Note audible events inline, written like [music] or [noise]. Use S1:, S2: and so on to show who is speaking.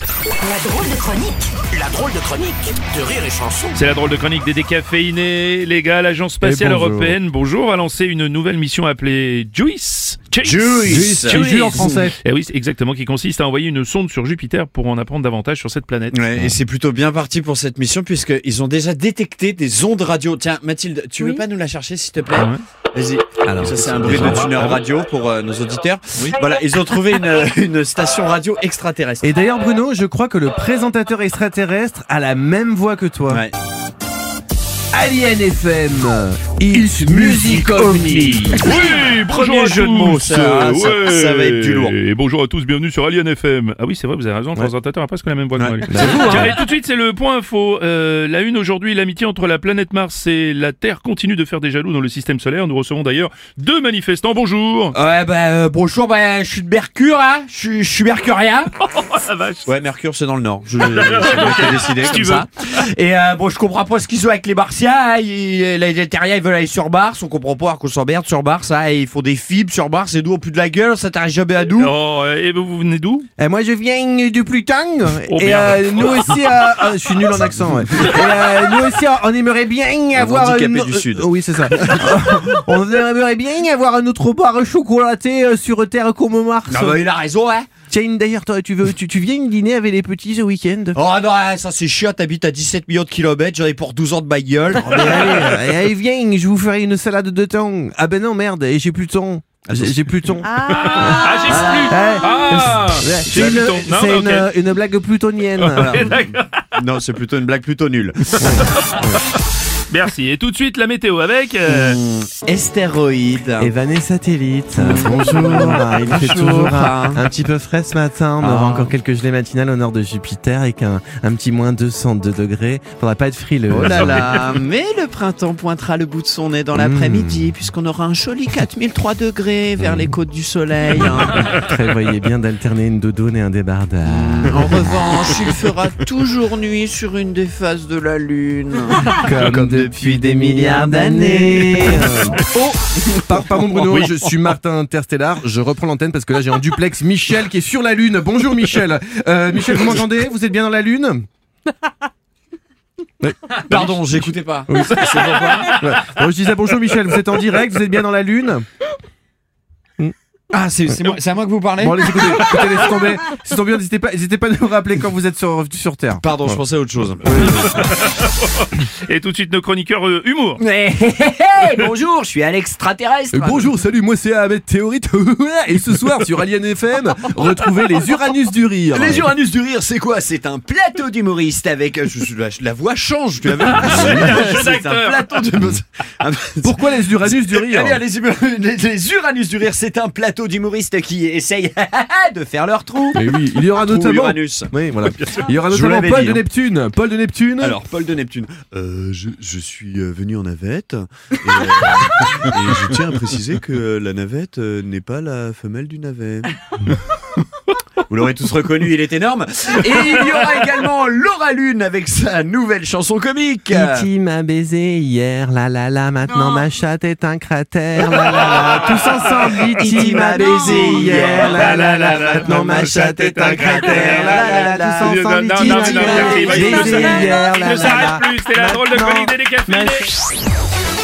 S1: La drôle de chronique.
S2: La drôle de chronique de Rire et Chanson.
S3: C'est la drôle de chronique des décaféinés. Les gars, l'Agence spatiale
S4: Eh, bonjour.
S3: européenne, bonjour, a lancé une nouvelle mission appelée JUICE.
S4: Juice. Juice. Juice en français.
S3: Et oui, c'est exactement, qui consiste à envoyer une sonde sur Jupiter pour en apprendre davantage sur cette planète.
S4: Ouais, Et c'est plutôt bien parti pour cette mission puisqu'ils ont déjà détecté des ondes radio. Tiens, Mathilde, tu veux pas nous la chercher s'il te plaît
S3: Ah ouais.
S4: Vas-y. Alors, ça c'est un bruit de tuner radio pour euh, nos auditeurs. Voilà, ils ont trouvé une, une station radio extraterrestre.
S5: Et d'ailleurs, Bruno, je crois que le présentateur extraterrestre a la même voix que toi.
S4: Ouais.
S5: Alien FM, it's music only.
S3: Oui,
S4: Premier
S3: bonjour à
S4: jeu de
S3: tous.
S4: mots, ça, Ah, ça- ça va être du lourd.
S3: Et bonjour à tous, bienvenue sur Alien FM. Ah oui, c'est vrai, vous avez raison, le présentateur a presque la même voix que moi. lui.
S4: hein.
S3: Tiens, et tout de suite, c'est le point info. Euh, la une aujourd'hui, l'amitié entre la planète Mars et la Terre continue de faire des jaloux dans le système solaire. Nous recevons d'ailleurs deux manifestants. Bonjour.
S6: Ouais, bah, euh, bonjour, bah, je suis de Mercure, hein. Je suis- je suis mercurien.
S4: Ouais, Mercure c'est dans le nord. Je, je- c'est moi qui ai décidé
S3: tu
S4: comme ça.
S6: Et, euh, bon, je comprends pas ce qu'ils ont avec les martiens, hein. Ils- les les terriens, ils veulent aller sur Mars. On comprend pas alors qu'on s'emmerde sur Mars, hein. Et ils font des fibres sur Mars et nous, on pue de la gueule. Ça t'arrive jamais à nous.
S3: Oh, euh, et vous vous venez d'où
S5: Et Euh, moi, je viens du Pluton.
S3: Oh,
S5: et
S3: merde.
S5: euh, nous aussi, euh, euh, je suis nul en accent.
S6: [laughs]
S5: ouais. Et, euh, nous aussi, on aimerait bien avoir
S4: handicapé
S5: no-
S4: du Sud.
S5: oui, c'est
S6: [laughs]
S5: ça. on aimerait bien avoir notre bar chocolaté euh, sur Terre comme Mars.
S6: Non, bah, il a raison, hein.
S5: Tiens, d'ailleurs, toi, tu veux, tu, tu viens dîner avec les petits ce week-end
S6: Oh, non, hein, ça, c'est chiant. T'habites à 17 millions de kilomètres. J'en ai pour 12 ans de ma gueule.
S5: Mais allez, euh, allez, viens, je vous ferai une salade de thon. Ah ben non, merde, et j'ai plus de thon. J'ai j'ai plus de thon.
S3: Ah, j'ai plus
S5: Ah,
S3: Ah
S5: Ouais,
S3: J'ai
S5: C'est
S3: plus
S5: une,
S3: de thon. Non,
S5: c'est
S3: mais
S5: une,
S3: [laughs] ok.
S5: une
S3: [laughs]
S5: blague plutonienne. Voilà.
S3: Ok, d'accord.
S4: [laughs] Non, c'est plutôt une blague plutôt nulle.
S3: Merci. Et tout de suite, la météo avec... euh,
S4: Estéroïde.
S5: Et Vanessa Satellite, bonjour. Ah, Il fait toujours
S3: Ah.
S5: un, un petit peu frais ce matin. On aura encore quelques gelées matinales au nord de Jupiter avec un, un petit moins 202 degrés. Faudra pas être frileux.
S7: Oh là là, mais le printemps pointera le bout de son nez dans
S6: Hmm.
S7: l'après-midi, puisqu'on aura un joli 4003 degrés vers
S6: Hmm.
S7: les côtes du soleil. hein.
S5: Prévoyez bien d'alterner une doudoune et un débardeur.
S6: Hmm.
S7: En revanche, il fera toujours nuit sur une des faces de
S6: [laughs]
S7: la Lune.
S5: Comme, depuis des milliards d'années. [laughs] oh Par- Pardon Bruno, je suis Martin Interstellar. Je reprends l'antenne parce que là j'ai en duplex Michel qui est sur la Lune. Bonjour Michel. Euh, Michel, vous m'entendez Vous êtes bien dans la Lune
S6: Pardon, j'écoutais pas.
S5: Oui, c'est Je disais bonjour Michel, vous êtes en direct, vous êtes bien dans la Lune
S6: Ah, c'est, c'est moi- c'est à moi que vous parlez?
S5: Bon allez, écoutez, écoutez laissez tomber. Laissez tomber, n'hésitez pas, n'hésitez pas à nous rappeler quand vous êtes sur, sur Terre.
S4: Pardon, je pensais à autre chose.
S6: Euh,
S3: Et tout de suite, nos chroniqueurs euh, humour.
S6: Eh, eh, eh, bonjour, je suis un extraterrestre.
S5: Euh, Bonjour, salut, moi c'est Ahmed Théorite. [laughs] Et ce soir sur Alien FM, retrouvez les Uranus du rire.
S6: Les Uranus du rire, c'est quoi C'est un plateau d'humoristes avec euh, je- je- la, la voix change, tu l'as vu
S4: [laughs]
S6: C'est un
S3: d'acteur.
S6: plateau d'humoristes. Ah, mais-
S5: Pourquoi les Uranus du rire
S6: Allez, allez, les- les, les Uranus du rire, c'est un plateau d'humoristes qui [laughs] essayent de faire leur trou.
S5: Mais oui, il y aura
S4: Trou
S5: notamment.
S4: Uranus.
S5: Oui, voilà. Il y aura
S4: Je vous
S5: notamment
S4: l'avais
S5: Paul
S4: dit,
S5: de
S4: hein.
S5: Neptune. Paul de Neptune.
S4: Alors, Paul de Neptune. Euh, je, je suis euh, venu en navette. Et, euh, et je tiens à préciser que euh, la navette euh, n'est pas la femelle du navet.
S6: [laughs] Vous l'aurez tous reconnu, il est énorme. Et il y aura également Laura Lune avec sa nouvelle chanson comique.
S5: Kitty m'a baisé hier, la la la, maintenant ma chatte est un cratère, la la la. Tous ensemble, Kitty m'a baisé hier, la la la, maintenant ma chatte est un cratère, la la la. Tous
S3: Non, non,
S5: ensemble,
S3: non,
S5: Kitty
S3: non,
S5: m'a
S3: merci, il va- il
S5: baisé
S3: ne s'arrête-
S5: hier, la
S3: il
S5: la
S3: ne s'arrête
S5: la.
S3: plus, c'est la drôle de
S5: Maintenant,
S3: chronique des décaféinés.
S5: ma-